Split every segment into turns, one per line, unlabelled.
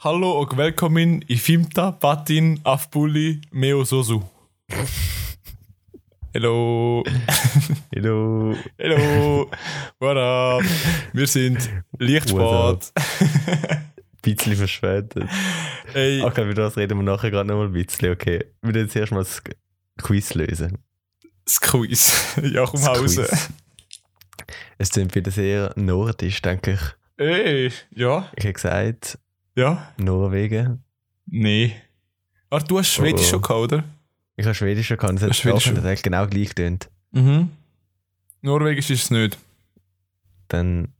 Hallo und willkommen in Fimta, Patin, Afpuli, Meo Sosu. Hello,
Hallo.
hello, what up? Wir sind leicht
What
spät.
Ein bisschen verspätet.
Ey,
Okay, über das reden wir nachher gerade nochmal ein bisschen. Okay. Wir müssen jetzt erstmal das Quiz lösen.
das Quiz. Ja, komm
Das
raus.
Quiz. Es klingt wieder sehr nordisch, denke ich.
Ey, ja,
Ich habe gesagt,
ja,
Norwegen.
nee. Ah, du hast Schwedisch
Oh.
schon gehabt, oder?
Ich habe Schwedisch schon gehabt. Das hat
Schwedisch
Schwedisch das eigentlich genau gleich tönt.
Mhm. Norwegisch ist es nicht.
Dann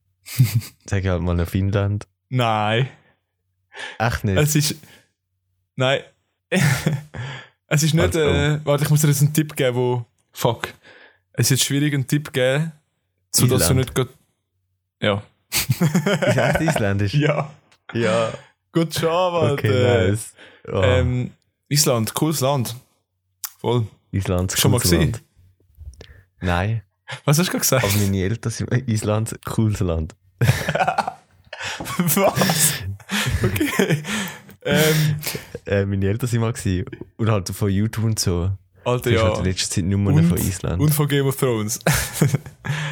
sage ich halt mal noch Finnland.
Nein,
Echt nicht.
es ist. Nein. es ist nicht.
Warte, oh.
Äh, warte, ich muss dir jetzt einen Tipp geben, wo. Fuck. Es ist jetzt schwierig, einen Tipp geben, sodass du
Island.
nicht gerade. Ja.
ist echt Isländisch?
Ja.
Ja.
Gut schon, Alter.
Okay, nice. Oh,
ähm, Island, cooles Land. Voll.
Island.
schon mal
cooles
gesehen?
Land. Nein.
Was hast du gerade gesagt?
Aber meine Eltern sind Island, cooles Land.
Was? Okay. ähm,
Äh, meine Eltern sind mal gewesen. Und halt von YouTube und so.
Alter,
Das
ja.
ist halt in letzter Zeit nur
Und-
von Island.
Und von Game of Thrones.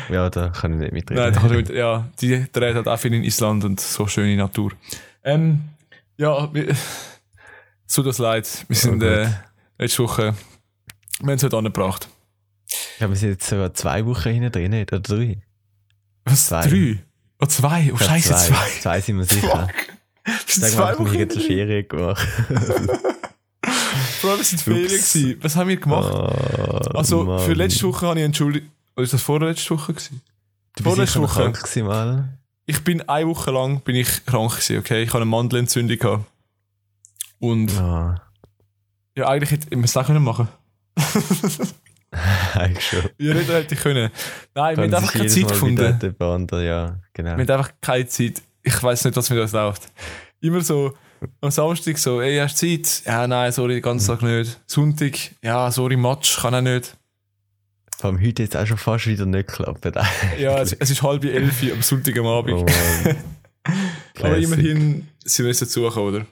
Ja, da kann ich nicht mitreden.
Nein, da kann ich mit, ja, die dreht halt auch viel in Island und so schöne Natur. Ähm, ja, wir, so das leid. Wir sind
gut.
äh, letzte Woche, wir haben es heute angebracht.
ja, wir sind jetzt sogar zwei Wochen hinten drin, oder drei.
Was?
Zwei.
Drei? Oh, zwei? Oh,
Ja,
scheiße, zwei.
zwei. sind wir sicher.
Fuck. Wir sind
Sag mal,
zwei
ich habe
Wochen
jetzt eine
hinterher.
Schere gemacht.
Bro, wir sind Ferien
Ups.
gewesen. Was haben wir gemacht?
Oh,
also,
Mann.
für letzte Woche habe ich entschuldigt. Oder ist das vorletzte Woche gewesen?
Du bist
vorletzte
sicher noch
Woche.
krank gewesen, mal.
Ich bin eine Woche lang bin ich krank gewesen, okay? Ich hatte eine Mandelentzündung. Gehabt. Und
Ja,
ja, eigentlich hätte ich es auch können machen
eigentlich schon.
Ja, nicht hätte ich können. Nein, wir haben einfach keine Zeit gefunden.
Bander, ja, genau.
Wir haben einfach keine Zeit. Ich weiß nicht, was mit uns läuft. Immer so am Samstag so, ey, hast du Zeit? Ja, nein, sorry, den ganzen Tag
Hm.
nicht. Sonntag, ja, sorry, Matsch, kann auch nicht.
Vor allem heute jetzt auch schon fast wieder nicht geklappt.
Ja, es, es ist halb elf am Sonntag am Abend.
Oh Mann.
Aber
Classic.
immerhin sind wir jetzt dazugekommen, oder?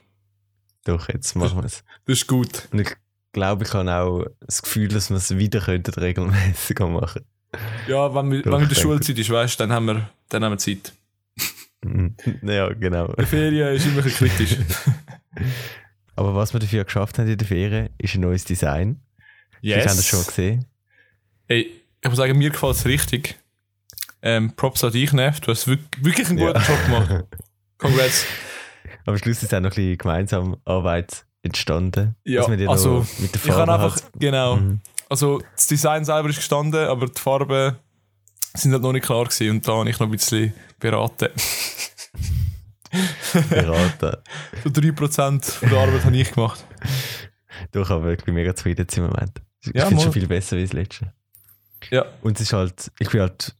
Doch, jetzt machen wir es.
Das ist gut.
Und ich glaube, ich habe auch das Gefühl, dass wir es wieder könnten regelmäßiger machen
Ja, wenn wir, wenn
Doch,
wir in der
danke.
Schulzeit ist, weißt du, dann haben wir, dann haben wir Zeit.
Mhm. Ja, genau.
Die Ferien ist immer ein bisschen kritisch.
Aber was wir dafür geschafft haben in der Ferien, ist ein neues Design. Yes. Ich habe das schon gesehen.
Ey, ich muss sagen, mir gefällt es richtig. Ähm, Props an dich, Neff. Du hast wirklich, wirklich einen
Ja.
guten Job gemacht. Congrats.
Am Schluss ist auch noch ein bisschen gemeinsam Arbeit entstanden.
Ja,
dass wir die
also,
noch mit der
Ich kann
Farbe
einfach,
halt-
genau.
Mhm.
Also, das Design selber ist gestanden, aber die Farben sind halt noch nicht klar gewesen und da habe ich noch ein bisschen beraten.
beraten.
So 3% von der Arbeit habe ich gemacht.
Doch, aber ich bin mega zufrieden im Moment. Ich
Ja,
finde es schon
mal.
viel besser als das letzte.
Ja.
Und es ist halt, ich bin halt,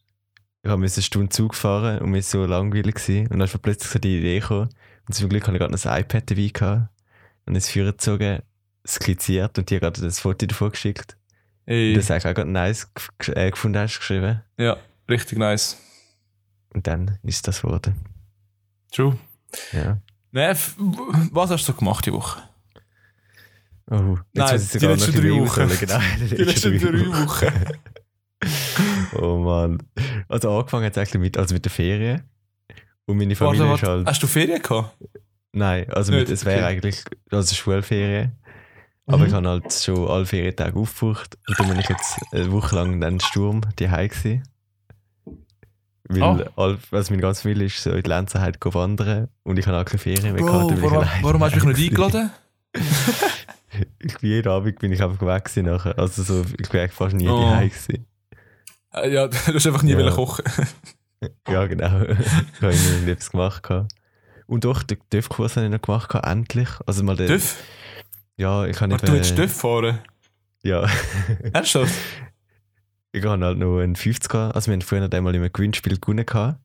ich habe eine Stunde Zug gefahren und mir ist so langweilig gewesen. Und dann ist mir plötzlich so die Idee gekommen. Und zum Glück habe ich gerade noch ein iPad dabei gehabt. Und es Führer gezogen, skizziert und dir gerade das Foto davon geschickt. Und
Ey,
das eigentlich auch gerade nice gef- gesch- äh, gefunden hast, geschrieben.
ja, richtig nice.
Und dann ist das geworden.
True.
Ja.
Neff, was hast du so gemacht die Woche?
Oh, jetzt
Nein,
muss ich
die
sogar noch
letzten
ein bisschen
drei
mehr aufholen.
Wochen.
Genau,
Die letzten drei Wochen.
Oh Mann. Also angefangen hat es eigentlich mit, also mit der Ferien. Und meine Familie
Warte, Ah,
ist
warte,
halt.
Hast du Ferien gehabt?
Nein, also
Nicht,
mit, es wäre
okay.
eigentlich also Schulferien. Aber
Mhm.
ich habe halt schon alle Ferientage aufgebraucht und dann bin ich jetzt eine Woche lang dann Sturm die gsi. Weil
Ah.
all, also meine ganze Familie ist so in die Lenzen halt go wandern und ich habe auch keine Ferien mehr gehabt, weil ich
warum,
allein
warum hast du mich
gsi.
nicht eingeladen?
Ich bin jeden Abend bin ich einfach weg gewesen nachher. Also so, ich bin eigentlich fast nie
Oh.
oh. daheim gewesen.
Äh, Ja, du hast einfach nie
Ja.
wollen kochen.
Ja, genau. ich habe irgendwie etwas gemacht. gehabt. Und doch, den Dörfkurs habe ich noch gemacht, gehabt, endlich. Also mal den,
Dürf?
Ja, ich habe
Aber du willst Dörf fahren?
Ja.
Ernsthaft?
Ich habe halt noch einen 50er. Also, wir haben früher einmal im Gewinnspiel gewonnen. gehabt.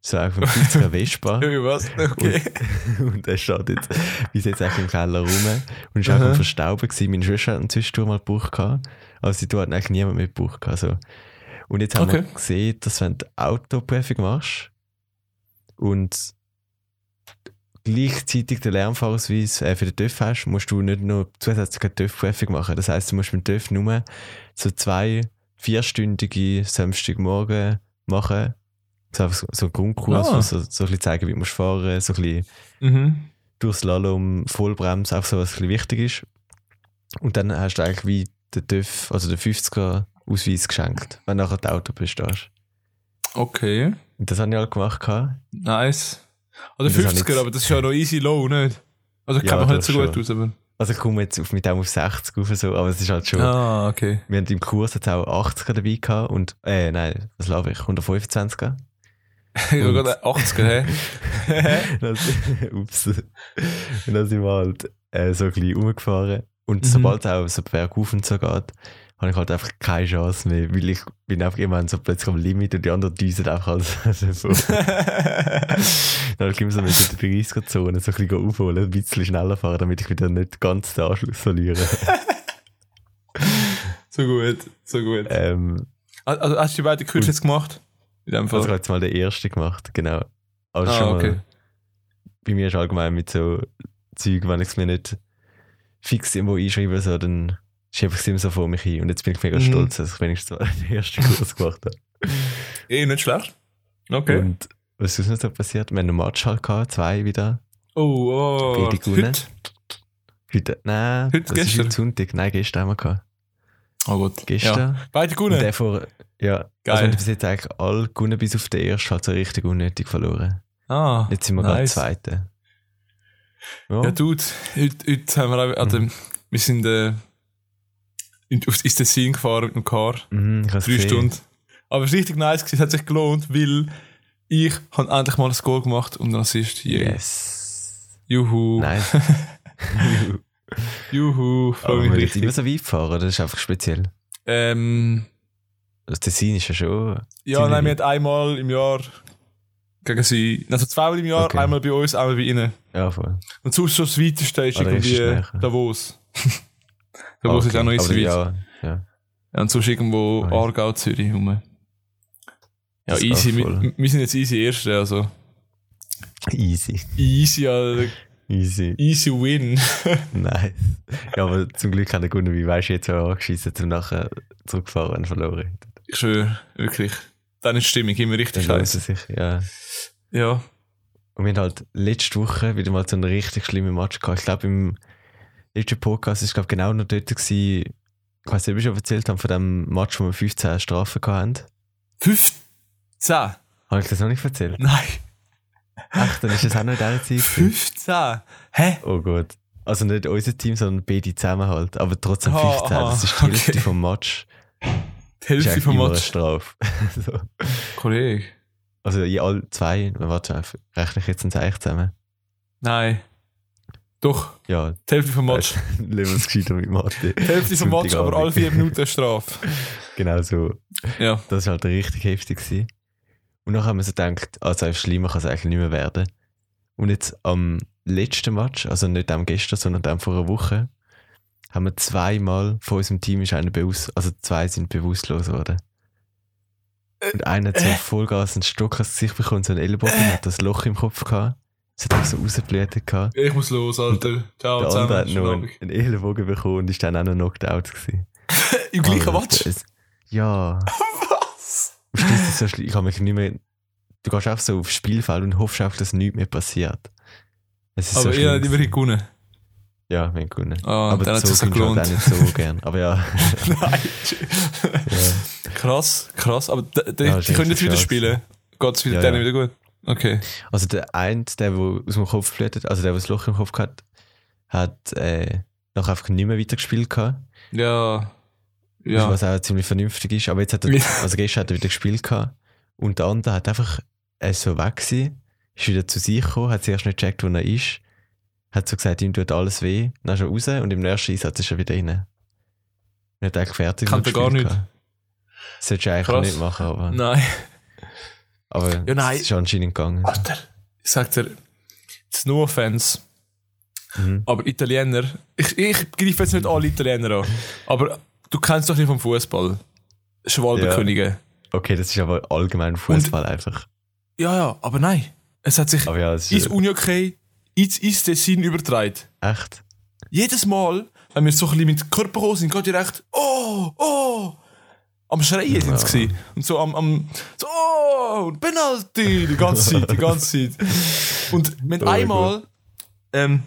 So auch vom 50er Vespa.
Irgendwie was? Okay.
und der steht jetzt bis jetzt eigentlich im Keller rum. Und ist auch
Aha.
am Verstauben. Gewesen. Meine Schwester hat einen Zwischentour mal gebraucht. gehabt. Aber sie hat eigentlich niemand mehr gebraucht. gehabt, Also. Und jetzt haben
Okay.
wir gesehen, dass wenn du Autoprüfung machst und gleichzeitig den Lernfahrausweis äh, für den TÜV hast, musst du nicht nur zusätzlich eine TÜV-Prüfung machen. Das heisst, du musst mit dem TÜV nur so zwei vierstündige Samstagmorgen machen. So einfach so, so einen Grundkurs,
Ah.
wo so, so ein bisschen zeigen, wie du musst fahren, so ein bisschen
Mhm.
durch Slalom, um Vollbremse, auch so was ein bisschen wichtig ist. Und dann hast du eigentlich wie den TÜV, also den 50er Ausweis geschenkt, wenn nachher das Auto bestehst.
Okay.
Und das habe ich halt gemacht. gehabt.
Nice. Oder
Das habe ich
50er,
jetzt-
aber das ist ja noch easy low, nicht? Also ich
Ja,
kenne mich nicht so
das
gut
schon.
aus, aber.
Also ich komme jetzt auf, mit dem auf 60 rauf, so, aber es ist halt schon...
Ah, okay.
Wir haben im Kurs jetzt auch 80er dabei gehabt und, äh, nein, was laufe ich, 125er.
Ich war
Und-
gerade 80er, hä?
Dann sind- Ups. Und dann sind wir halt äh, so ein bisschen rumgefahren. Und
Mhm.
sobald es auch so bergauf und so geht, habe ich halt einfach keine Chance mehr, weil ich bin einfach immer so plötzlich am Limit und die anderen düsen einfach alles Also so. Dann habe ich immer so mit der 30er-Zone so ein bisschen aufholen, ein bisschen schneller fahren, damit ich wieder nicht ganz den Anschluss verliere.
so gut, so gut.
ähm,
Also hast du die beiden Kürze jetzt gemacht? In dem
also
Fall.
ich habe jetzt mal den ersten gemacht, genau. Also
Ah,
schon mal
okay.
bei mir ist allgemein mit so Zeug, wenn ich es mir nicht fix irgendwo einschreibe, so, dann schiebe ich es immer so vor mich hin. Und jetzt bin ich mega
Mhm.
stolz, dass ich wenigstens mal den ersten Kurs gemacht habe.
Eh, nicht schlecht. Okay.
Und was ist sonst noch so passiert? Wir haben einen Match halt gehabt, zwei wieder.
Oh, oh.
Beide gewonnen.
Heute?
Heute, nein,
Heute,
das
gestern?
ist heute Sonntag. Nein, gestern haben wir gehabt.
Oh Gott. Ja.
Gestern.
Beide
Und
gewonnen.
der vor, ja.
Geil.
Also wir haben bis jetzt eigentlich alle gewonnen, bis auf den ersten, halt so richtig unnötig verloren.
Ah.
Jetzt sind wir gerade
Nice.
Zweite.
Ja, Dude, heute, heute haben wir auch, also,
Mhm.
wir sind äh, in- auf- ins Tessin gefahren mit dem Car.
Mhm, ich hab's
Drei
gesehen.
Stunden. Aber es war richtig nice, gewesen, es hat sich gelohnt, weil ich habe endlich mal ein Goal gemacht und einen Assist. Yeah.
Yes.
Juhu,
Nice.
juhu, freue
Aber
mich
wir jetzt
richtig.
immer so weit fahren, das ist einfach speziell.
Ähm,
Das Tessin ist ja schon.
ja,
Ziemlich.
nein, wir hatten einmal im Jahr gegen sie, also zweimal im Jahr,
Okay.
einmal bei uns, einmal bei ihnen.
Ja, voll.
Und sonst schon das weiteste ist
Ah, da ist
irgendwie
es näher.
Davos. Davos ist auch noch nicht so
Aber
weit.
Ja, ja.
Ja, und sonst irgendwo
Nice.
Aargau, Zürich rum. Ja,
Das ist
easy.
auch
Wir,
voll.
wir sind jetzt easy Erste, also.
Easy.
Easy, also
Easy.
easy win.
Nice. Ja, aber zum Glück hat der Gunnar, wie weißt du, jetzt auch angeschissen, um nachher zurückfahren und verloren.
Ich schwöre, wirklich. Dann ist die Stimmung immer richtig
Dann lohnt es
scheiße.
sich, ja.
Ja.
Und wir haben halt letzte Woche wieder mal so einen richtig schlimmen Match gehabt. Ich glaube, im letzten Podcast war glaub, genau noch dort, gewesen, ich weiß nicht, ob ich schon erzählt habe, von dem Match, wo wir 15 Strafen hatten.
15?
Habe ich das noch nicht erzählt?
Nein,
Ach, dann ist das auch noch in dieser Zeit. gewesen.
15? Hä?
Oh Gott. Also nicht unser Team, sondern beide zusammen halt. Aber trotzdem
Ah,
15.
ah,
das ist die Hälfte
okay.
vom Match.
Die
Das ist
Hälfte
eigentlich
vom
immer eine
Match.
Strafe. so.
Kollege.
Also in all zwei, warte, rechne ich jetzt ein Zeichen zusammen.
Nein. Doch,
Ja,
die Hälfte vom Match.
lassen wir es gescheiter mit Mathe.
Die Hälfte vom Match, aber alle
Sonntagabend.
vier Minuten eine Strafe.
Genau so.
Ja.
Das war halt richtig heftig. Gewesen. Und nachher haben wir so gedacht, also schlimmer kann es eigentlich nicht mehr werden. Und jetzt am letzten Match, also nicht am gestern, sondern am vor einer Woche, haben wir zweimal von unserem Team ist einer bewusst, also zwei sind bewusstlos worden.
Äh,
Und einer hat so Vollgas einen Stock ans Gesicht bekommen, so einen Ellbogen,
Äh.
hat das Loch im Kopf gehabt. Es hat auch so rausgebläht gehabt.
Ich muss los, Alter. Ciao
Der andere hat noch
Oh, zusammen.
einen, einen Ellenbogen bekommen und ist dann auch noch knocked out gewesen.
Im gleichen
Alter,
Match?
es- Ja.
Was?
Am Schluss ist es so schlimm. Ich habe mich nicht mehr... Du gehst einfach so aufs Spielfeld und hoffst einfach, dass nichts mehr passiert. Es ist
Aber
so
ihr habt
schlimm
immerhin
gewesen.
gewonnen.
Ja, wir haben gewonnen.
Ah,
Aber
aber dann hat es
so
sich
gewinnst du
gelohnt.
halt auch nicht so gern. Aber ja.
Nein.
ja.
krass, krass. Aber d- d-
Ja,
die können jetzt
scheiße,
wieder
scheiße.
spielen. Geht es wieder
Ja,
denen
ja.
wieder gut? Okay.
Also der eine, der, der aus dem Kopf blutet, also der, der das Loch im Kopf hat, hat äh, nachher einfach nicht mehr weitergespielt gehabt.
Ja.
ja.
Ja.
was auch ziemlich vernünftig ist. Aber jetzt hat er,
Ja.
also gestern hat er wieder gespielt gehabt. und der andere hat einfach er ist so weg gewesen, ist wieder zu sich gekommen, hat zuerst nicht gecheckt, wo er ist, hat so gesagt, ihm tut alles weh, dann ist er raus und im nächsten Einsatz ist er wieder rein. Und hat eigentlich fertig
Kann
noch
er gar
gespielt
nicht.
gehabt. Das solltest du eigentlich
Krass.
nicht machen, aber,
Nein.
aber
Ja, nein.
es ist anscheinend gegangen.
Alter. Ich sag dir, it's no offense,
Mhm.
aber Italiener, ich, ich greife jetzt nicht alle Italiener an, aber du kennst doch ein bisschen vom Fußball. Schwalbenkönige.
Okay, das ist aber allgemein Fußball einfach.
Ja. ja, aber nein. Es hat sich
Aber ja, es
ins
ist,
Uni okay ins ins Tessin übertreibt.
Echt?
Jedes Mal, wenn wir so ein bisschen mit Körper hoch sind, geht ihr echt, oh, oh, am Schreien sind sie. gewesen. Und so am, am so, oh, und Penalty, die ganze Zeit, die ganze Zeit. Und mit
Oh mein
einmal ähm,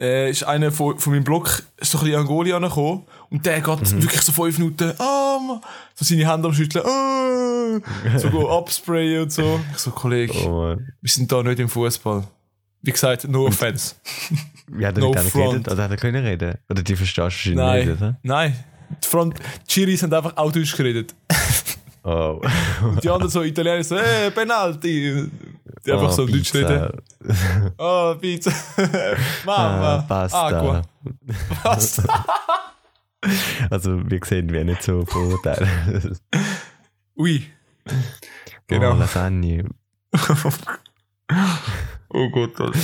äh, ist einer von, von meinem Block so ein bisschen Angolia gekommen und der geht
Mhm.
wirklich so fünf Minuten, ah, so seine Hände am Schütteln, ah, so go absprayen und so. Ich so, Kollege,
Oh Mann.
wir sind da nicht im Fußball. Wie gesagt, no offense.
Wie hat er
No
mit denen
front.
geredet? Oder hat er können reden? Oder die verstehst du wahrscheinlich
Nein.
nicht, oder?
Nein. Die Front Chiris haben einfach auch Deutsch geredet.
Oh.
Die anderen so Italienisch so, hey, Penalti. Die einfach
Oh,
so Deutsch
Pizza.
reden. Oh, Pizza. Mama.
Ah, Pasta.
Aqua. Pasta.
Also, wir sehen, wir nicht so verurteilen.
Ui. Genau.
Oh, Lasagne.
Oh Gott. Alter.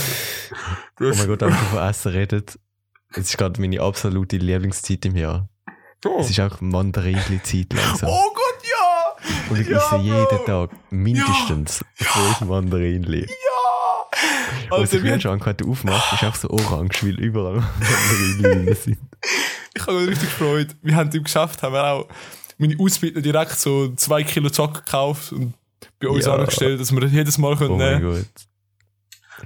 Oh mein Gott, wenn wir von Essen redet. Es ist gerade meine absolute Lieblingszeit im Jahr.
Oh,
Es ist auch Mandarinli-Zeit langsam.
oh Gott, ja.
Und ich
ja,
esse jeden
Bro.
Tag mindestens fünf Mandarinli.
Ja.
Und
Alter,
ich
wir
mir schon gerade aufmacht, ist auch so orange, weil überall Mandarinli drin sind.
Ich habe mich richtig gefreut. Wir haben im geschafft, haben wir auch meine Ausbildner direkt so zwei Kilo Zock gekauft und bei uns
Ja.
angestellt, dass wir das jedes Mal können.
Oh mein
nehmen.
Gott.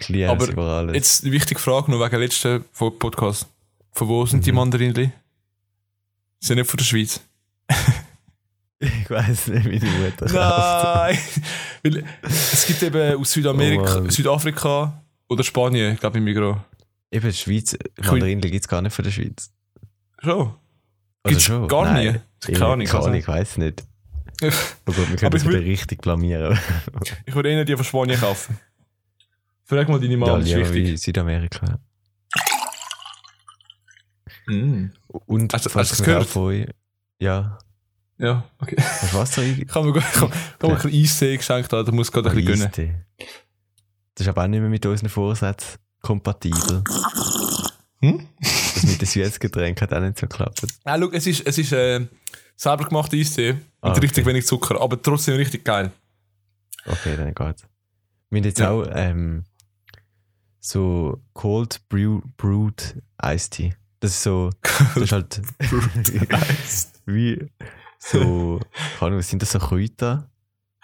Ich liebe es
Ne. Aber
über alles.
Jetzt die wichtige Frage noch wegen letzten Fo- Podcast. Von wo sind
Mhm.
die Mandarinli? Sind nicht von der Schweiz.
Ich weiß nicht, wie die Mutter heißt.
Nein! Weil es gibt eben aus Südamerika,
Oh Mann.
Südafrika oder Spanien, glaube ich, im Migro.
Eben, Schweiz, Mandarinli gibt es gar nicht von der Schweiz.
Schon.
Oder
Gibt's
Also schon?
gar
Nein.
nicht. Keine Ahnung.
Keine Ahnung,
also.
ich weiß nicht. Oh Gott, wir können
Aber
uns
ich will-
wieder richtig blamieren.
Also, Ich würde eher die von Spanien kaufen. Frag mal deine
Ja,
Mama, das ist
lieber wie
wichtig.
Südamerika.
Mm.
Und
Hast du-
falls
hast du
ich mir
das
auch von- Ja.
Ja, okay.
Hast du Wasser eingegangen?
Ich habe mir, ich hab, ich hab mir ein Eistee geschenkt, Alter. Muss gerade ein bisschen gönnen.
Eistee. Das ist aber auch nicht mehr mit unseren Vorsätzen kompatibel.
Hm?
Das mit den Süßgetränken hat auch nicht so geklappt.
Ja, schau, es ist, es ist äh, selber gemachter Eistee. Und
Ah, okay.
richtig wenig Zucker. Aber trotzdem richtig geil.
Okay, dann geht's. Wir haben jetzt
Ja.
auch ähm, so Cold Brew, Brewed Iced Tea. Das ist so, das ist halt wie so, keine Ahnung, was sind das so Kräuter?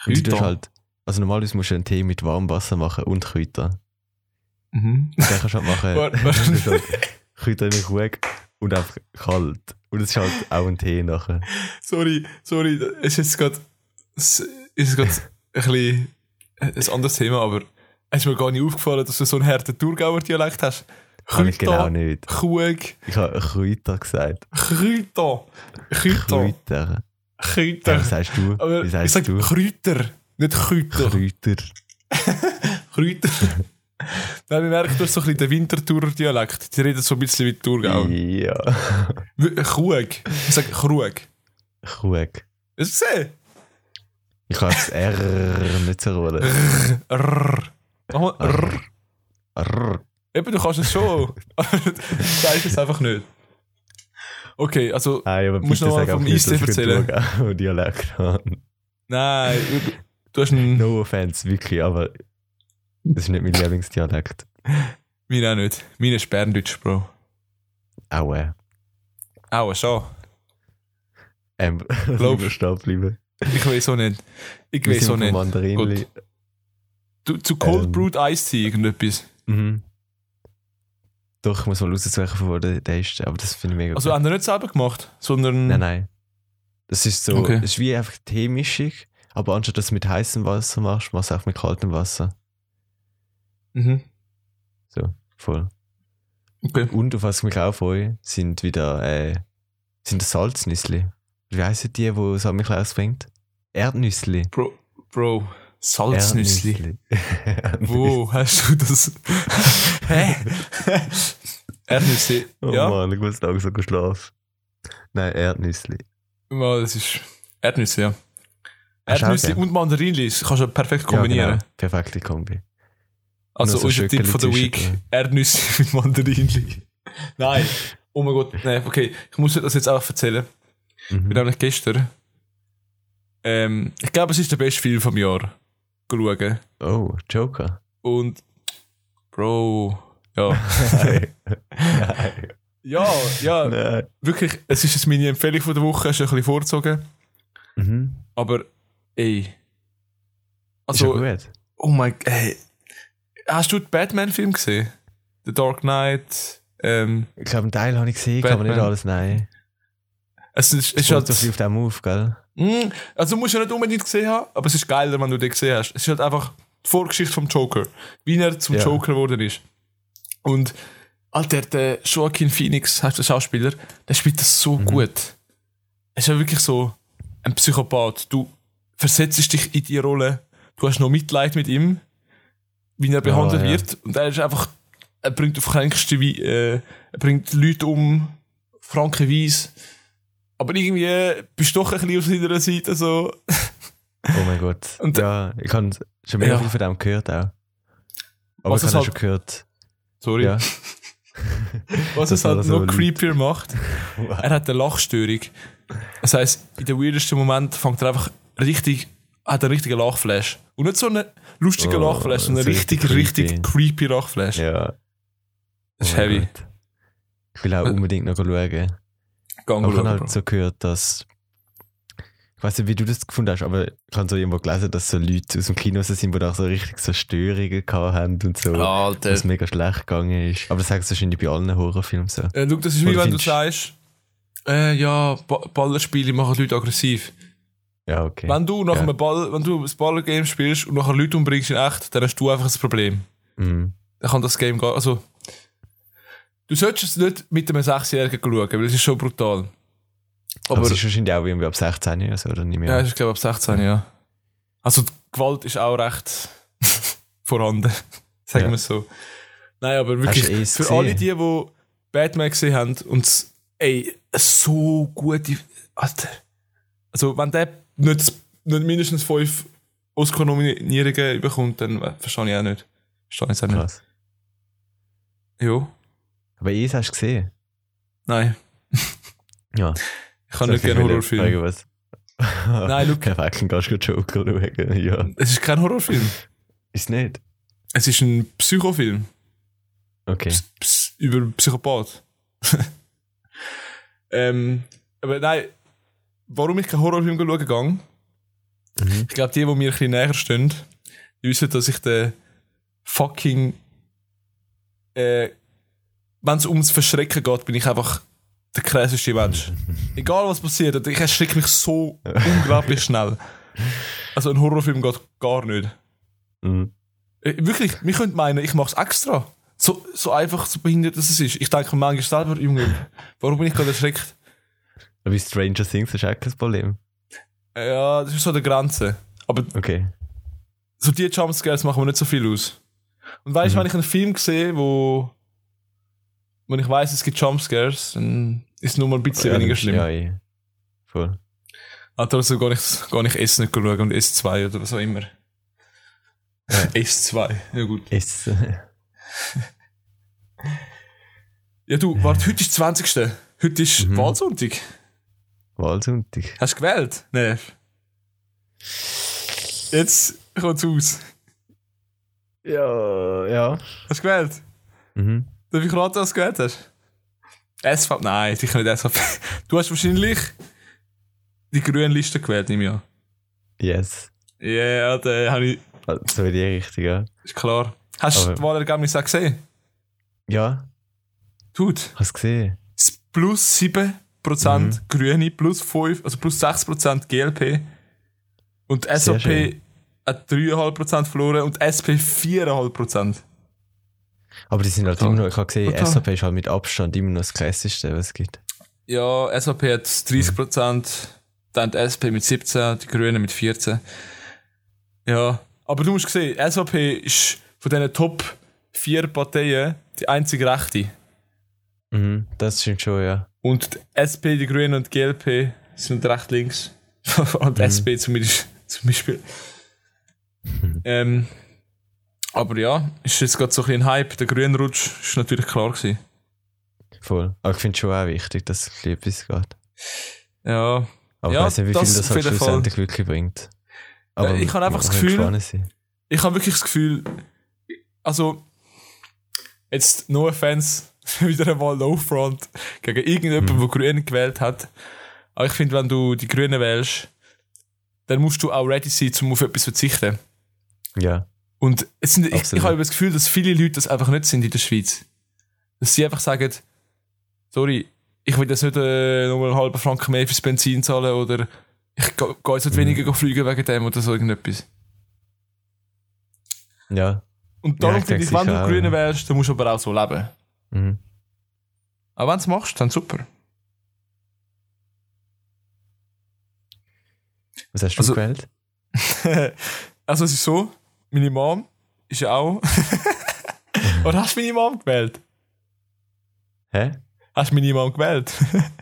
Und die tust
Kräuter.
halt, also normalerweise musst du einen Tee mit warmem Wasser machen und Kräuter.
Mhm.
Und dann kannst du halt machen,
Warte, warte.
kannst du halt Kräuter in den Kuchen und einfach kalt. Und es ist halt auch ein Tee nachher.
Sorry, sorry, es ist jetzt gerade es ist grad ein bisschen äh, ein anderes Thema, aber es ist mir gar nicht aufgefallen, dass du so einen harten Thurgauer Dialekt hast.
Kann ich genau
Kräuter,
nicht.
Kuhg,
Ich habe Kräuter gesagt.
Kräuter, Kräuter,
Kräuter. Ja, was
Kräuter.
sagst du?
Aber
Wie
ich
sagst
sag
du?
Kräuter, nicht Kräuter.
Kräuter.
Kräuter. Nein, wir merken, du hast so ein bisschen den Winterthurer Dialekt. Die reden so ein bisschen wie die Thurgauer.
Ja.
W- Kuhg. Ich sage Krug.
Kuhg.
Hast du gesehen?
Ich kann das R nicht so rollen.
Rrrr. Mach mal
Ah.
Rrrr.
R.
Eben, du kannst es schon. Aber du sagst es einfach nicht. Okay, also,
Nein, aber
Musst
bitte
noch mal
sag auch
vom
nicht, dass
Eistee
ich
erzählen.
einen Dialekt habe.
nein, du- du hast einen.
No offense, wirklich, aber das ist nicht mein Lieblingsdialekt.
Meine auch nicht. Meine ist Berndeutsch, Bro.
Aua.
Auch schon.
Ähm,
Glaub-
lieber stehen bleiben.
Ich weiß auch nicht. Ich
Wir
weiß
sind
auch
vom
nicht.
Mandarinli.
Du, zu Cold
Ähm.
Brewed Ice Tea irgendetwas.
Mhm. Doch, ich muss mal raussuchen, von wo der der ist. Aber das finde ich mega
Also,
gut.
haben wir nicht selber gemacht, sondern.
Nein, nein. Das ist so,
Okay.
das ist wie einfach Teemischung, aber anstatt dass du mit heißem Wasser machst, machst du auch mit kaltem Wasser.
Mhm.
So, voll.
Okay.
Und auf was ich mich auch freue, sind wieder äh, sind das Salznüssli. Wie heissen die, wo es an mich rausbringt? Erdnüssli.
Bro, Bro Salznüssli.
Erdnüssli.
Wo hast du das? Hä? Erdnüsse.
Oh
ja.
Mann, ich muss langsam geschlafen. Nein, Erdnüssli.
Ja, das ist Erdnüsse, ja.
Hast du auch
Erdnüsse
gern?
und Mandarinlis kannst du perfekt kombinieren.
Ah, Ja, genau. Perfekte Kombi.
Also
Nur so
unser Tipp
Schöckeli
von der Week,
zwischen-
Erdnüsse mit Mandarinli. Nein, oh mein Gott, nein, okay, ich muss dir das jetzt auch erzählen. Ich bin
Mhm.
nämlich gestern, ähm, ich glaube es ist der beste Film vom Jahr, schauen.
Oh, Joker.
Und, Bro. Ja.
Nein. Nein.
Ja, ja,
Nein.
wirklich, es ist jetzt meine Empfehlung von der Woche, ist ein bisschen vorgezogen.
Mhm.
Aber, ey.
Also,
Also,
ist ja gut.
oh mein Gott, ey. Hast du den Batman-Film gesehen? The Dark Knight? Ähm,
Ich glaube, einen Teil habe ich gesehen, aber nicht
Batman.
alles. Nein.
es ist,
Es
ist
kommt so
halt,
viel auf dem auf, gell?
Mm, also musst du nicht unbedingt gesehen haben, aber es ist geiler, wenn du den gesehen hast. Es ist halt einfach die Vorgeschichte vom Joker, wie er zum
Ja.
Joker geworden ist. Und Alter, der Joaquin Phoenix, heißt der Schauspieler, der spielt das so gut. Er ist ja wirklich so ein Psychopath. Du versetzt dich in die Rolle, du hast noch Mitleid mit ihm, wie er behandelt
ja.
wird. Und er ist einfach, er bringt auf kränkste wie äh, er bringt Leute um, frankenweise. Aber irgendwie bist du doch ein bisschen auf seiner Seite so.
Oh mein Gott.
Und-
ja, ich habe schon mehr
Ja.
viel von dem gehört auch. Aber
Was
ich
es
habe
halt-
schon gehört.
Sorry.
Ja.
Was
Das
es halt
war so
noch
lieb.
creepier macht, er hat eine Lachstörung. Das heisst, in den weirdesten Moment fängt er einfach richtig, hat einen richtigen Lachflash. Und nicht so einen lustigen
Oh,
Lachflash, sondern
so
einen richtig,
richtig
richtig creepy Lachflash.
ja.
Das ist
Oh mein
heavy.
Gott. Ich will auch
Äh,
unbedingt noch schauen.
Gang
Aber ich habe
schauen,
halt so gehört, dass. Ich weiß nicht, wie du das gefunden hast, aber ich habe so irgendwo gelesen, dass so Leute aus dem Kino so sind, die auch so richtig so Störungen gehabt haben und so.
Bro.
dass
Alter.
es mega schlecht gegangen ist. Aber das sagst du wahrscheinlich bei allen Horrorfilmen so.
Äh, schau, das ist wie
Oder
wenn du
findest-
sagst, äh, ja, ba Ballerspiele machen die Leute aggressiv.
Ja, okay.
Wenn du nach
Ja.
einem Ball, wenn du ein Ballgame spielst und nachher Leute umbringst in echt, dann hast du einfach ein Problem.
Mhm.
Dann kann das Game gar, also, du solltest es nicht mit einem Sechsjährigen schauen, weil es ist schon brutal.
Aber,
Aber,
Also es ist wahrscheinlich auch irgendwie ab 16 oder so, oder nicht mehr.
ja, ich glaube ab 16, ja. Also, die Gewalt ist auch recht vorhanden. Sagen
Ja.
wir es so. Nein, aber
Hast du
wirklich,
es
für
gesehen?
alle die, die Batman gesehen haben und s- ey, so gute. Alter. Also, wenn der nicht, nicht mindestens fünf Oscar-Nominierungen bekommt, dann äh, verstehe ich auch nicht. Verstehe ich auch nicht.
Krass.
Jo,
Aber es hast du gesehen.
nein.
Ja.
Ich kann nicht gerne Horrorfilme.
Irgendwas.
Nein, look.
Kein Wecken, kannst du Joker schauen. Ja.
Es ist kein Horrorfilm.
Ist nicht.
Es ist ein Psychofilm.
Okay.
Ps- Ps- über Psychopath. ähm, aber nein, warum ich keinen Horrorfilm schauen gegangen?
Mhm.
Ich glaube, die, die mir ein bisschen näher stehen, die wissen, dass ich den fucking. Äh, Wenn es ums Verschrecken geht, bin ich einfach der krasseste Mensch. Egal was passiert, und ich erschrecke mich so unglaublich schnell. Also ein Horrorfilm geht gar nicht.
Mhm.
Äh, Wirklich, wir könnten meinen, ich mache es extra. So, so einfach, so behindert dass es ist. Ich denke mir manchmal selber, Junge, warum bin ich gerade erschreckt?
Aber bei Stranger Things ist auch kein Problem.
Äh, Ja, das ist so an der Grenze. Aber
Okay.
so die Jumpscares machen mir nicht so viel aus. Und weißt du,
Mhm.
wenn ich einen Film sehe, wo. Wenn ich weiß, es gibt Jumpscares, dann ist es nur mal ein bisschen
ja,
weniger
das-
schlimm.
Ja, ja. Voll.
Also also gar nicht, gar nicht S nicht schauen und S2 oder was auch immer. S2, ja gut.
Ist.
Ja du, warte, heute ist 20. Heute ist
Mhm.
Wahlsonntag.
Wahlsonntag.
Hast du gewählt? Nein. Jetzt kommt's aus.
Ja, ja.
Hast du gewählt?
Mhm.
Darf ich raten, was du gewählt hast? SVP? Nein, sicher nicht SVP. Du hast wahrscheinlich die grüne Liste gewählt, nehme ich an.
Yes.
Ja, da habe ich...
Also, so in die Richtung, ja.
Ist klar. Hast du
Aber-
die Wahlergebnisse auch gesehen?
Ja,
Dude,
hast gesehen.
das plus 7%
Mhm.
Grüne, plus 5, also plus 6% GLP und die
Sehr
SVP
schön.
hat 3,5% verloren und die SP 4,5%.
Aber die sind halt
Total.
immer noch, ich habe gesehen,
Total.
SAP ist halt mit Abstand immer noch das Klassischste, was es gibt.
Ja, SAP hat 30 Prozent, dann die SP mit 17, die Grünen mit 14. Ja, aber du musst sehen, SAP ist von diesen Top 4 Parteien die einzige rechte.
Mhm. Das stimmt schon, ja.
Und die SP, die Grünen und die GLP sind recht links. und die SP zumindest, zum Beispiel. ähm, aber ja, ist jetzt gerade so ein bisschen ein Hype. Der Grünrutsch ist natürlich klar gewesen.
Voll. Aber ich finde es schon auch wichtig, dass es ein bisschen etwas geht.
Ja,
Aber
Ja,
ich weiß nicht, wie
das
viel das
auf
halt
jeden Fall.
schlussendlich wirklich bringt.
ich habe einfach
man
das
kann halt
Gefühl-
gespannt sein.
ich habe wirklich das Gefühl, also Jetzt, no offense, wieder einmal No Front gegen irgendjemanden, der Grün gewählt hat. Aber ich finde, wenn du die Grünen wählst, dann musst du auch ready sein, um auf etwas zu verzichten.
Ja.
Und es sind, ich, ich
Absolut.
habe das Gefühl, dass viele Leute das einfach nicht sind in der Schweiz. Dass sie einfach sagen, sorry, ich will jetzt nicht äh, nochmal einen halben Franken mehr fürs Benzin zahlen oder ich gehe geh jetzt nicht weniger fliegen wegen dem oder so irgendetwas.
Ja.
Und
Ja,
darum
ich
finde ich,
denke
wenn du
sicher auch,
Grüne
ja.
wärst, dann musst du aber auch so leben.
Mhm.
Aber wenn du es machst, dann super.
Was hast du
Also-
gewählt?
also es ist so, meine Mom ist ja auch... oder hast du meine Mom gewählt?
Hä?
Hast du meine Mom gewählt?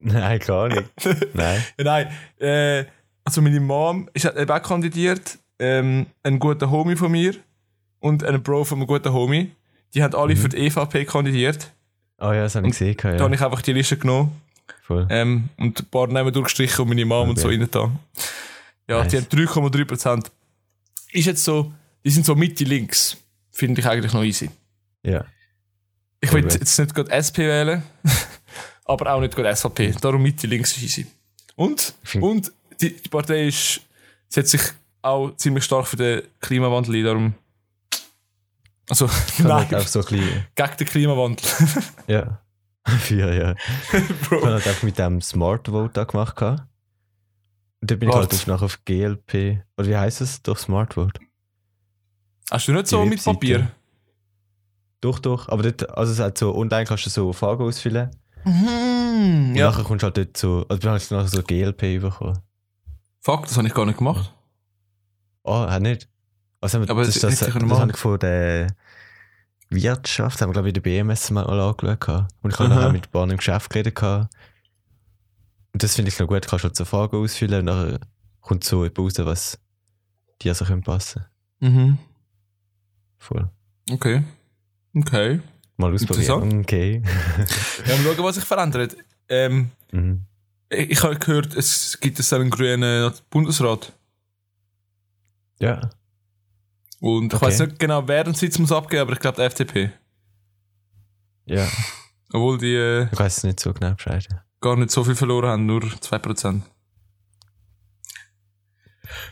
Nein, gar nicht. Nein.
Ja, Nein, äh, also meine Mom ist halt eben auch kandidiert. Ähm, ein guter Homie von mir und ein Bro von einem guten Homie. Die haben alle für die EVP kandidiert.
Oh ja, das habe ich gesehen.
Da
Mhm. Ja,
habe ich einfach die Liste genommen
voll.
ähm, und ein paar Namen durchgestrichen und meine Mom und so
Okay.
rein da. Ja, die haben
Nice.
3,3%. Ist jetzt so, die sind so Mitte links. Finde ich eigentlich noch easy.
Ja.
Ich will
Eben.
jetzt nicht gerade SP wählen, aber auch nicht gerade SVP. Darum Mitte links ist easy. Und,
Ich find-
und die, die Partei ist, sie hat sich auch ziemlich stark für den Klimawandel ein, darum. Also,
Kann
nein,
halt auch so ein bisschen.
gegen den Klimawandel.
Ja. Vier, ja. Ich habe
Bro.
halt einfach mit dem Smart Vote auch gemacht. gehabt. Und dort bin ich
Smart.
halt auf, nach auf GLP. Oder wie heißt es? Doch Smart Vote.
Hast du nicht so
Die
mit
Webseite.
Papier?
Doch, doch. Aber dort, also es hat so, online kannst du so Fragen ausfüllen.
Mhm,
Und nachher kommst du halt dort so, also bin halt nachher so GLP bekommen.
Fuck, das habe ich gar nicht gemacht.
Ah, oh, hat nicht. Also haben wir,
Aber das
das, ist das,
hätte
das,
ich
das,
können
habe
machen.
ich von der Wirtschaft, haben wir glaube ich in der BMS mal angeschaut. gehabt. Und ich habe
Aha.
nachher mit ein paar im Geschäft geredet. gehabt. Und das finde ich noch gut, kannst du halt so Fragen ausfüllen und nachher kommt so etwas raus, was dir also können passen
Mhm.
Voll.
Okay. Okay.
Mal ausprobieren.
Interessant.
Okay.
Ja, mal schauen, was sich verändert. Ähm,
Mhm.
ich ich habe gehört, es gibt jetzt einen grünen Bundesrat.
Ja.
Und ich
Okay.
weiß nicht genau, wer den Sitz muss abgeben, aber ich glaube die FDP.
Ja.
Obwohl die äh,
Ich weiß es nicht so genau Bescheid.
gar nicht so viel verloren haben, nur 2%.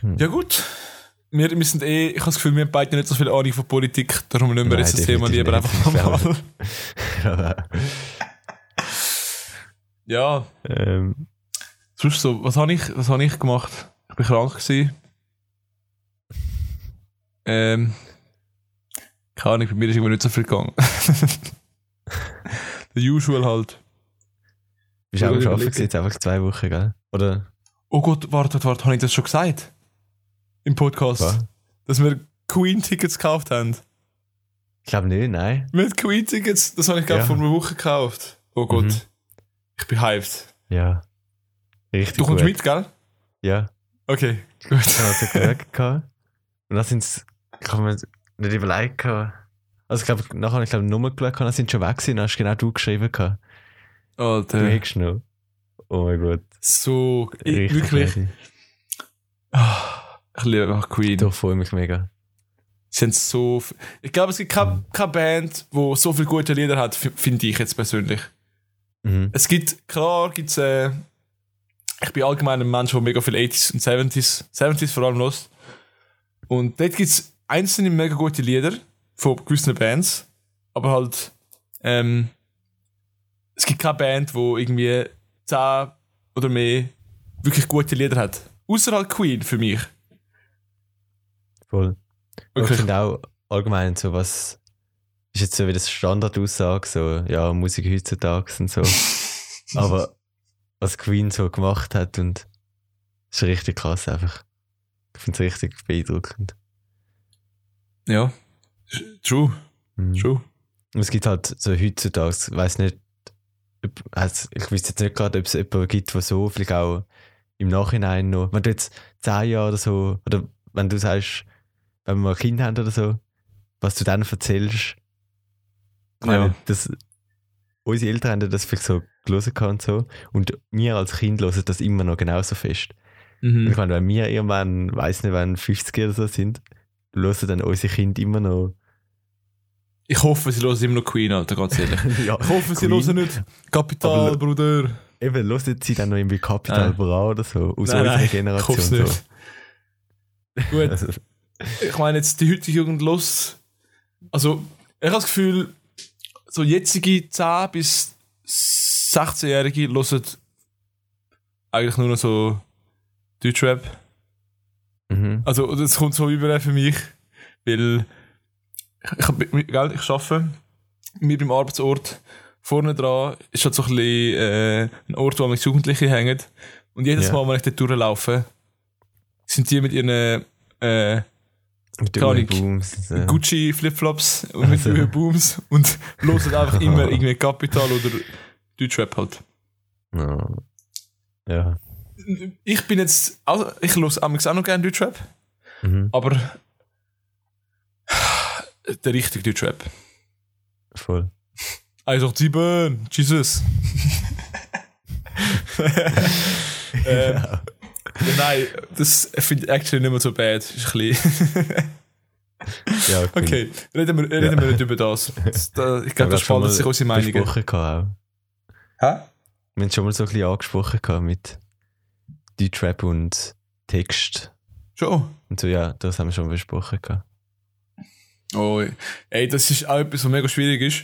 Hm.
Ja gut. Wir, wir sind eh, ich habe das Gefühl, wir haben beide nicht so viel Ahnung von Politik, darum nehmen wir
Nein,
jetzt das Thema lieber
definitiv nicht.
einfach mal.
Aber,
ja,
ähm,
sonst so, was habe ich, was habe ich gemacht? Ich bin krank gewesen. Ähm, keine Ahnung, bei mir ist irgendwie nicht so viel gegangen. The usual halt.
bist du auch
Mal
am Arbeiten
überlegen.
gewesen, jetzt einfach zwei Wochen, gell? Oder?
Oh Gott, wartet, wartet, habe ich das schon gesagt? Im Podcast?
Was?
Dass wir Queen-Tickets gekauft haben.
Ich glaube nicht, nein.
Mit Queen-Tickets, das habe ich gerade
Ja.
vor einer Woche gekauft. Oh Gott.
Mhm.
Ich bin hyped.
Ja. Richtig
Du kommst
gut.
mit, gell?
Ja.
Okay, gut.
Ich habe also gehört. gehabt. Und dann sind sie, ich habe mir nicht überlegt. gehabt. Also ich glaube, nachher habe ich glaube Nummer geschaut, gehabt, dann sind sie schon weg gewesen, dann hast du genau du geschrieben. Gehabt. Du
Alter.
hättest noch. Oh mein Gott.
So, ich,
Richtig
wirklich.
ready.
Ah, Ich liebe einfach Queen.
Doch, freue mich mega.
Sie haben so viel. Ich glaube, es gibt keine, keine Band, die so viele gute Lieder hat, f- finde ich jetzt persönlich.
Mhm.
Es gibt, klar, gibt's, äh, ich bin allgemein ein Mensch, der mega viel 80s und 70s, 70s vor allem los. Und dort gibt es einzelne mega gute Lieder von gewissen Bands, aber halt, ähm, es gibt keine Band, wo irgendwie 10 oder mehr wirklich gute Lieder hat. Außer halt Queen für mich.
Voll. Und Ich
Wirklich.
finde auch allgemein so was, ist jetzt so wie das Standardaussage, so, ja, Musik heutzutage und so. Aber was Queen so gemacht hat und ist richtig krass einfach. Ich finde es richtig beeindruckend.
Ja. True,
Mhm.
true.
Und es gibt halt so heutzutage, ich weiß nicht, ob, also ich weiß jetzt nicht gerade, ob es jemanden gibt, der so vielleicht auch im Nachhinein noch, wenn du jetzt zehn Jahre oder so, oder wenn du sagst, wenn wir mal ein Kind haben oder so, was du dann erzählst, ich meine,
Ja.
das, unsere Eltern haben das vielleicht so gelesen und so, und wir als Kind hören das immer noch genauso fest. Und
Mhm.
Ich meine, wenn wir irgendwann, weiß nicht, wenn 50 oder so sind, hören dann unsere Kinder immer noch
Ich hoffe, sie hören immer noch Queen, Alter, ganz ehrlich.
ja,
Ich hoffe, sie
Queen.
hören nicht Kapital,
Aber-
Bruder.
Eben, hört sie dann noch irgendwie Capital
Nein.
Bra oder so, aus
Ah. Nein,
unserer
nein, Ich
Generation.
hoffe es
so.
nicht. Gut, ich meine jetzt, die heutige Jugend los. Also, ich habe das Gefühl, so jetzige 10 bis 16-Jährige hören eigentlich nur noch so Deutschrap.
Mhm.
Also, das kommt so über für mich, weil ich, ich, ich, gell, ich arbeite mir beim Arbeitsort vorne dran ist halt so ein, bisschen, äh, ein Ort, wo mich Jugendliche hängen. Und jedes
Ja.
Mal, wenn ich dort durchlaufe, sind die mit ihren äh,
Mit den
Keine Ahnung.
Booms. So.
Gucci Flipflops und mit
Also.
ihren Booms und hören einfach immer irgendwie Kapital oder Deutschrap halt.
Ja. ja.
Ich bin jetzt, also ich höre auch noch gerne Deutschrap,
Mhm.
aber der richtige Deutschrap.
Voll.
187, Jesus. ähm,
Ja.
Nein, das finde ich actually nicht mehr so bad. Ist ein bisschen
Ja, cool.
okay, reden wir, reden wir nicht über das. das da, ich glaube, das spaltet sich unsere Meinungen.
Besprochen gehabt auch.
Hä?
Wir haben schon mal so ein bisschen angesprochen gehabt mit Deutschrap und Text.
Schon.
Und so, ja, das haben wir schon besprochen gehabt.
Oh, ey, das ist auch etwas, was mega schwierig ist.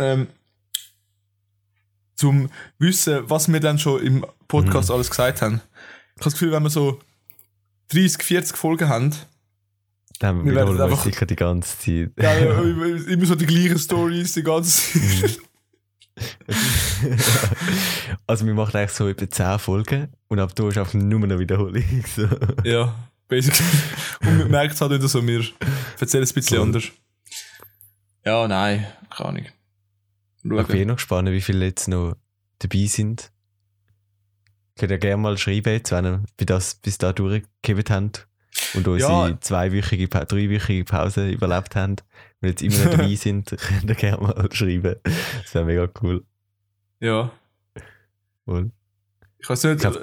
Ähm, zum Wissen, was wir dann schon im Podcast
Mhm.
alles gesagt haben. Ich habe das Gefühl, wenn wir so 30, 40 Folgen haben,
Da haben
Wir
wir,
werden
wiederholen uns
einfach-
sicher die ganze Zeit.
dann immer immer so die gleichen Stories, die ganze Zeit.
also wir machen eigentlich so etwa 10 Folgen und ab da ist einfach nur noch Wiederholung. So.
Ja, basically. Und man merkt es halt wieder so, wir erzählen es ein bisschen
Voll.
anders. Ja, nein, keine Ahnung.
Ich bin eh
Schauen.
noch gespannt, wie viele jetzt noch dabei sind. Könnt ihr gerne mal schreiben, jetzt, wenn ihr bis das bis da durchgegeben habt und unsere zweiwöchige, Pa- dreiwöchige Pause überlebt haben und jetzt immer noch dabei sind, könnt ihr gerne mal schreiben. Das wäre mega cool.
Ja.
Voll.
Ich weiß nicht,
Ich glaub-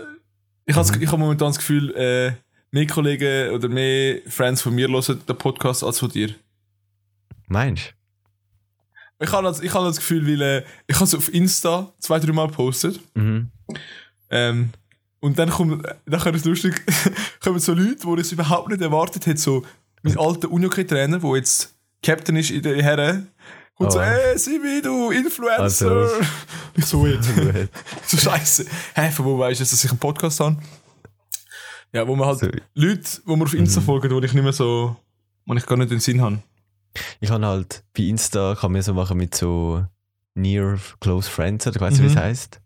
ich habe
Mhm.
ich hab momentan das Gefühl, äh, mehr Kollegen oder mehr Friends von mir hören den Podcast als von dir.
Meinst
Ich habe das, ich hab das Gefühl, weil äh, ich habe es auf Insta zwei, drei Mal gepostet.
du? Mhm.
Ähm, und dann kommen, dann kommen, lustig, kommen so Leute, die es überhaupt nicht erwartet hat, so mein alter UNOK-Trainer, der jetzt Captain ist in der Herren, kommt so,
Oh.
ey, Sibi, du Influencer!
Also.
Ich so, jetzt.
Gut.
so scheiße. Hä, von wo weißt du, jetzt, dass ich einen Podcast habe? Ja, wo man halt
So,
Leute, wo mir auf Insta
Mhm.
folgen, wo ich nicht mehr so, wo ich gar nicht den Sinn habe.
ich kann halt bei Insta kann man so machen mit so Near Close Friends oder ich weiß nicht,
Mhm.
wie es heißt.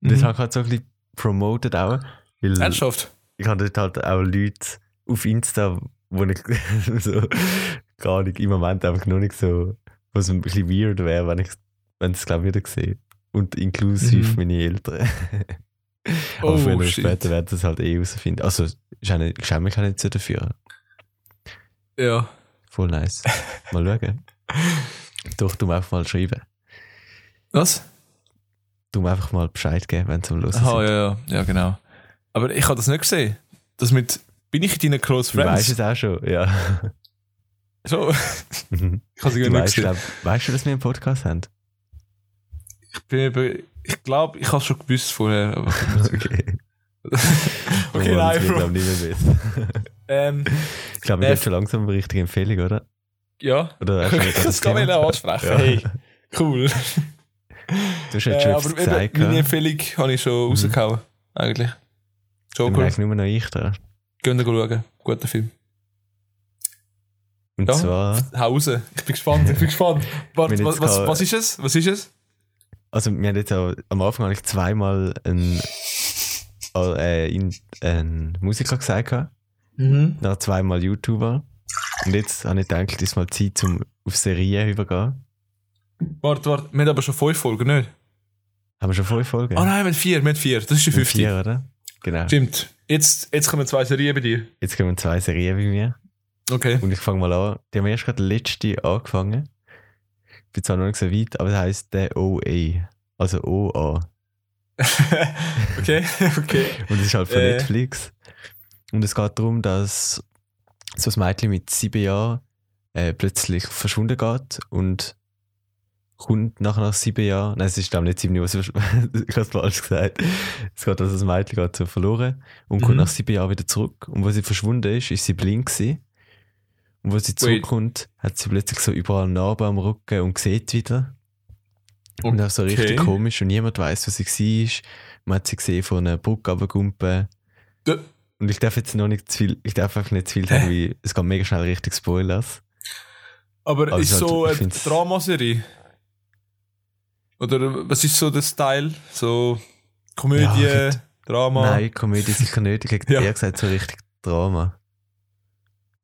Und das
Mhm.
habe ich halt so ein bisschen promoted auch. Weil
Ernsthaft?
ich habe dort halt auch Leute auf Insta, wo ich so gar nicht im Moment einfach noch nicht so, was ein bisschen weird wäre, wenn ich wenn es glaube ich wieder sehe. Und inklusive
Mhm.
meine Eltern. Aber
Oh,
früher oder
shit.
später werden sie das halt eh herausfinden. Also ist auch nicht- ich schäme mich auch nicht so dafür.
Ja.
Voll nice. Mal schauen. Doch, du einfach mal schreiben.
Was?
Du einfach mal Bescheid geben, wenn es am Los ist.
Aha, Oh, ja, ja, ja, genau. Aber ich habe das nicht gesehen. Das mit, bin ich in deinen Close
Du weißt
Friends?
es auch schon, ja.
So.
du
Ich habe sie gar nicht
weißt,
gesehen.
glaub, weißt du, dass wir einen Podcast haben?
Ich, bin eben- ich glaube, ich habe es schon gewusst vorher. Aber
Okay. Oh,
okay, nein, Bro.
glaube nicht mehr wissen.
Ähm,
Ich glaube, wir
Äh,
geben schon langsam eine richtige Empfehlung, oder?
ja,
oder hast du nicht
das kann man
Thema?
ja auch ansprechen.
Ja.
Hey, cool.
Du hast jetzt
Äh,
schon
aber
etwas
eben,
gezeigt.
meine
gell?
Empfehlung habe ich schon rausgehauen, eigentlich.
Dann
Joker,
merke nur noch ich da.
gehen wir schauen. Guter Film.
Und
Ja.
zwar,
Hause. Ich bin gespannt, ich bin gespannt. Warte,
Wenn
was,
jetzt
was,
gar-
was ist es? Was ist es?
also wir haben jetzt auch, am Anfang eigentlich zweimal einen, äh, in- einen Musiker gesagt, gehabt,
Mhm.
dann zweimal YouTuber. Und jetzt habe ich gedacht, ist mal Zeit, zum auf Serien übergehen.
Warte, warte, wir haben aber schon fünf Folgen, nicht?
Haben wir schon fünf Folgen?
Ah nein, wir haben vier, wir haben vier. Das ist die
Wir haben
50.
Vier, oder? Genau.
Stimmt. Jetzt, jetzt kommen zwei Serien bei dir.
Jetzt kommen zwei Serien bei mir.
Okay.
Und ich fange mal an. Die haben erst gerade letzte angefangen. Ich bin zwar noch nicht so weit, aber es heisst der OA. Also OA.
okay, okay.
Und es ist halt von
Äh.
Netflix. Und es geht darum, dass so ein Mädchen mit sieben Jahren äh, plötzlich verschwunden geht und kommt nachher nach sieben Jahren, nein, es ist glaube ich nicht sieben Jahre, sonst- ich habe es falsch gesagt, es geht also das Mädchen geht so verloren und kommt
Mhm.
nach sieben Jahren wieder zurück und wo sie verschwunden ist, ist sie blind gewesen. und wo sie zurückkommt, hat sie plötzlich so überall Narben am Rücken und sieht wieder und auch so richtig
Okay.
komisch und niemand weiß, wo sie war. Man hat sie gesehen von einer Brücke runtergumpen.
D-
Und ich darf jetzt noch nicht zu viel, ich darf einfach nicht zu viel sagen, wie es geht mega schnell richtig Spoilers.
Aber
Also
ist
halt,
so
ich
eine
find's-
Dramaserie? Oder was ist so der Style? So Komödie,
Ja, ich
Drama?
Nein, Komödie sicher nicht. Ich hätte
Ja.
eher gesagt, so richtig Drama.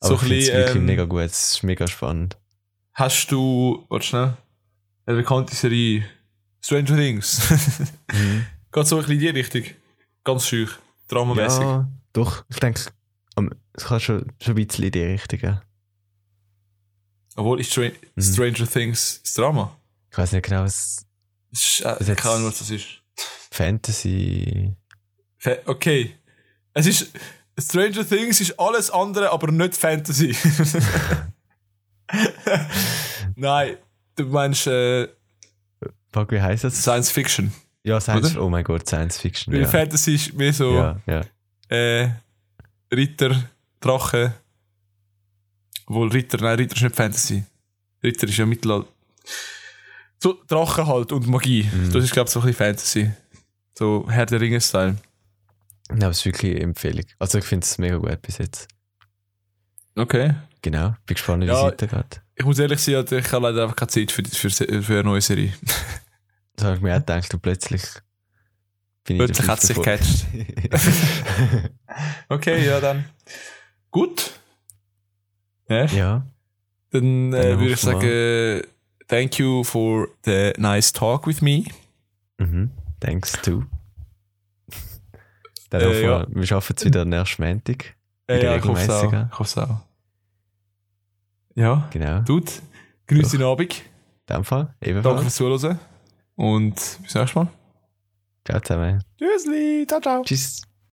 So
Aber ich
ein
finde es
bisschen,
wirklich
ähm,
mega gut, es ist mega spannend.
Hast du, warte schnell, eine bekannte Serie, Stranger Things. Geht so ein bisschen in die Richtung. Ganz schüch, dramamäßig.
Ja, doch, ich denke, am- es kann schon, schon ein bisschen in die Richtung gehen.
Obwohl, ist Stra
Mhm.
Stranger Things das Drama?
Ich weiß nicht genau, was
Das ist, äh,
ist jetzt-
keine Ahnung, was das ist.
Fantasy.
Fa- Okay. Es ist, Stranger Things ist alles andere, aber nicht Fantasy. Nein, du meinst äh,
Fuck, wie heißt das?
Science Fiction.
ja, Science
oder?
Oh mein Gott, Science Fiction.
Weil
Ja.
Fantasy oh. ist mehr so
ja, ja.
äh, Ritter, Drache. Obwohl Ritter, nein, Ritter ist nicht Fantasy. Ritter ist ja Mittelalter. So Drachen halt und Magie.
Mhm.
Das ist, glaube ich, so ein bisschen Fantasy. So Herr der Ringe-Style.
Nein, aber es ist wirklich eine Empfehlung. Also ich finde es mega gut bis jetzt.
Okay.
Genau, bin gespannt, wie es
Ja.
weitergeht.
Ich muss ehrlich sein, Alter, ich habe leider einfach keine Zeit für, für, für eine neue Serie.
Das habe ich mir auch gedacht und plötzlich bin in der
Plötzlich hat es sich
fünften
gecatcht.
Folge.
Okay, ja dann. Gut. Ja.
ja,
Dann äh,
Dann
würde ich
hoffen
sagen, äh, thank you for the nice talk with me.
mhm. thanks to. Dann
Äh,
hoffen wir,
ja.
wir schaffen es wieder nächsten Montag.
Äh,
Wieder
ja, ich hoffe es auch.
regelmäßiger.
Ich hoffe es auch. Ja,
Genau,
tut. Grüß den Abend.
in dem Fall.
Danke
Ebenfalls.
fürs Zuhören. Und bis nächstes Mal.
Ciao zusammen.
Tschüssli. Ciao, ciao.
Tschüss.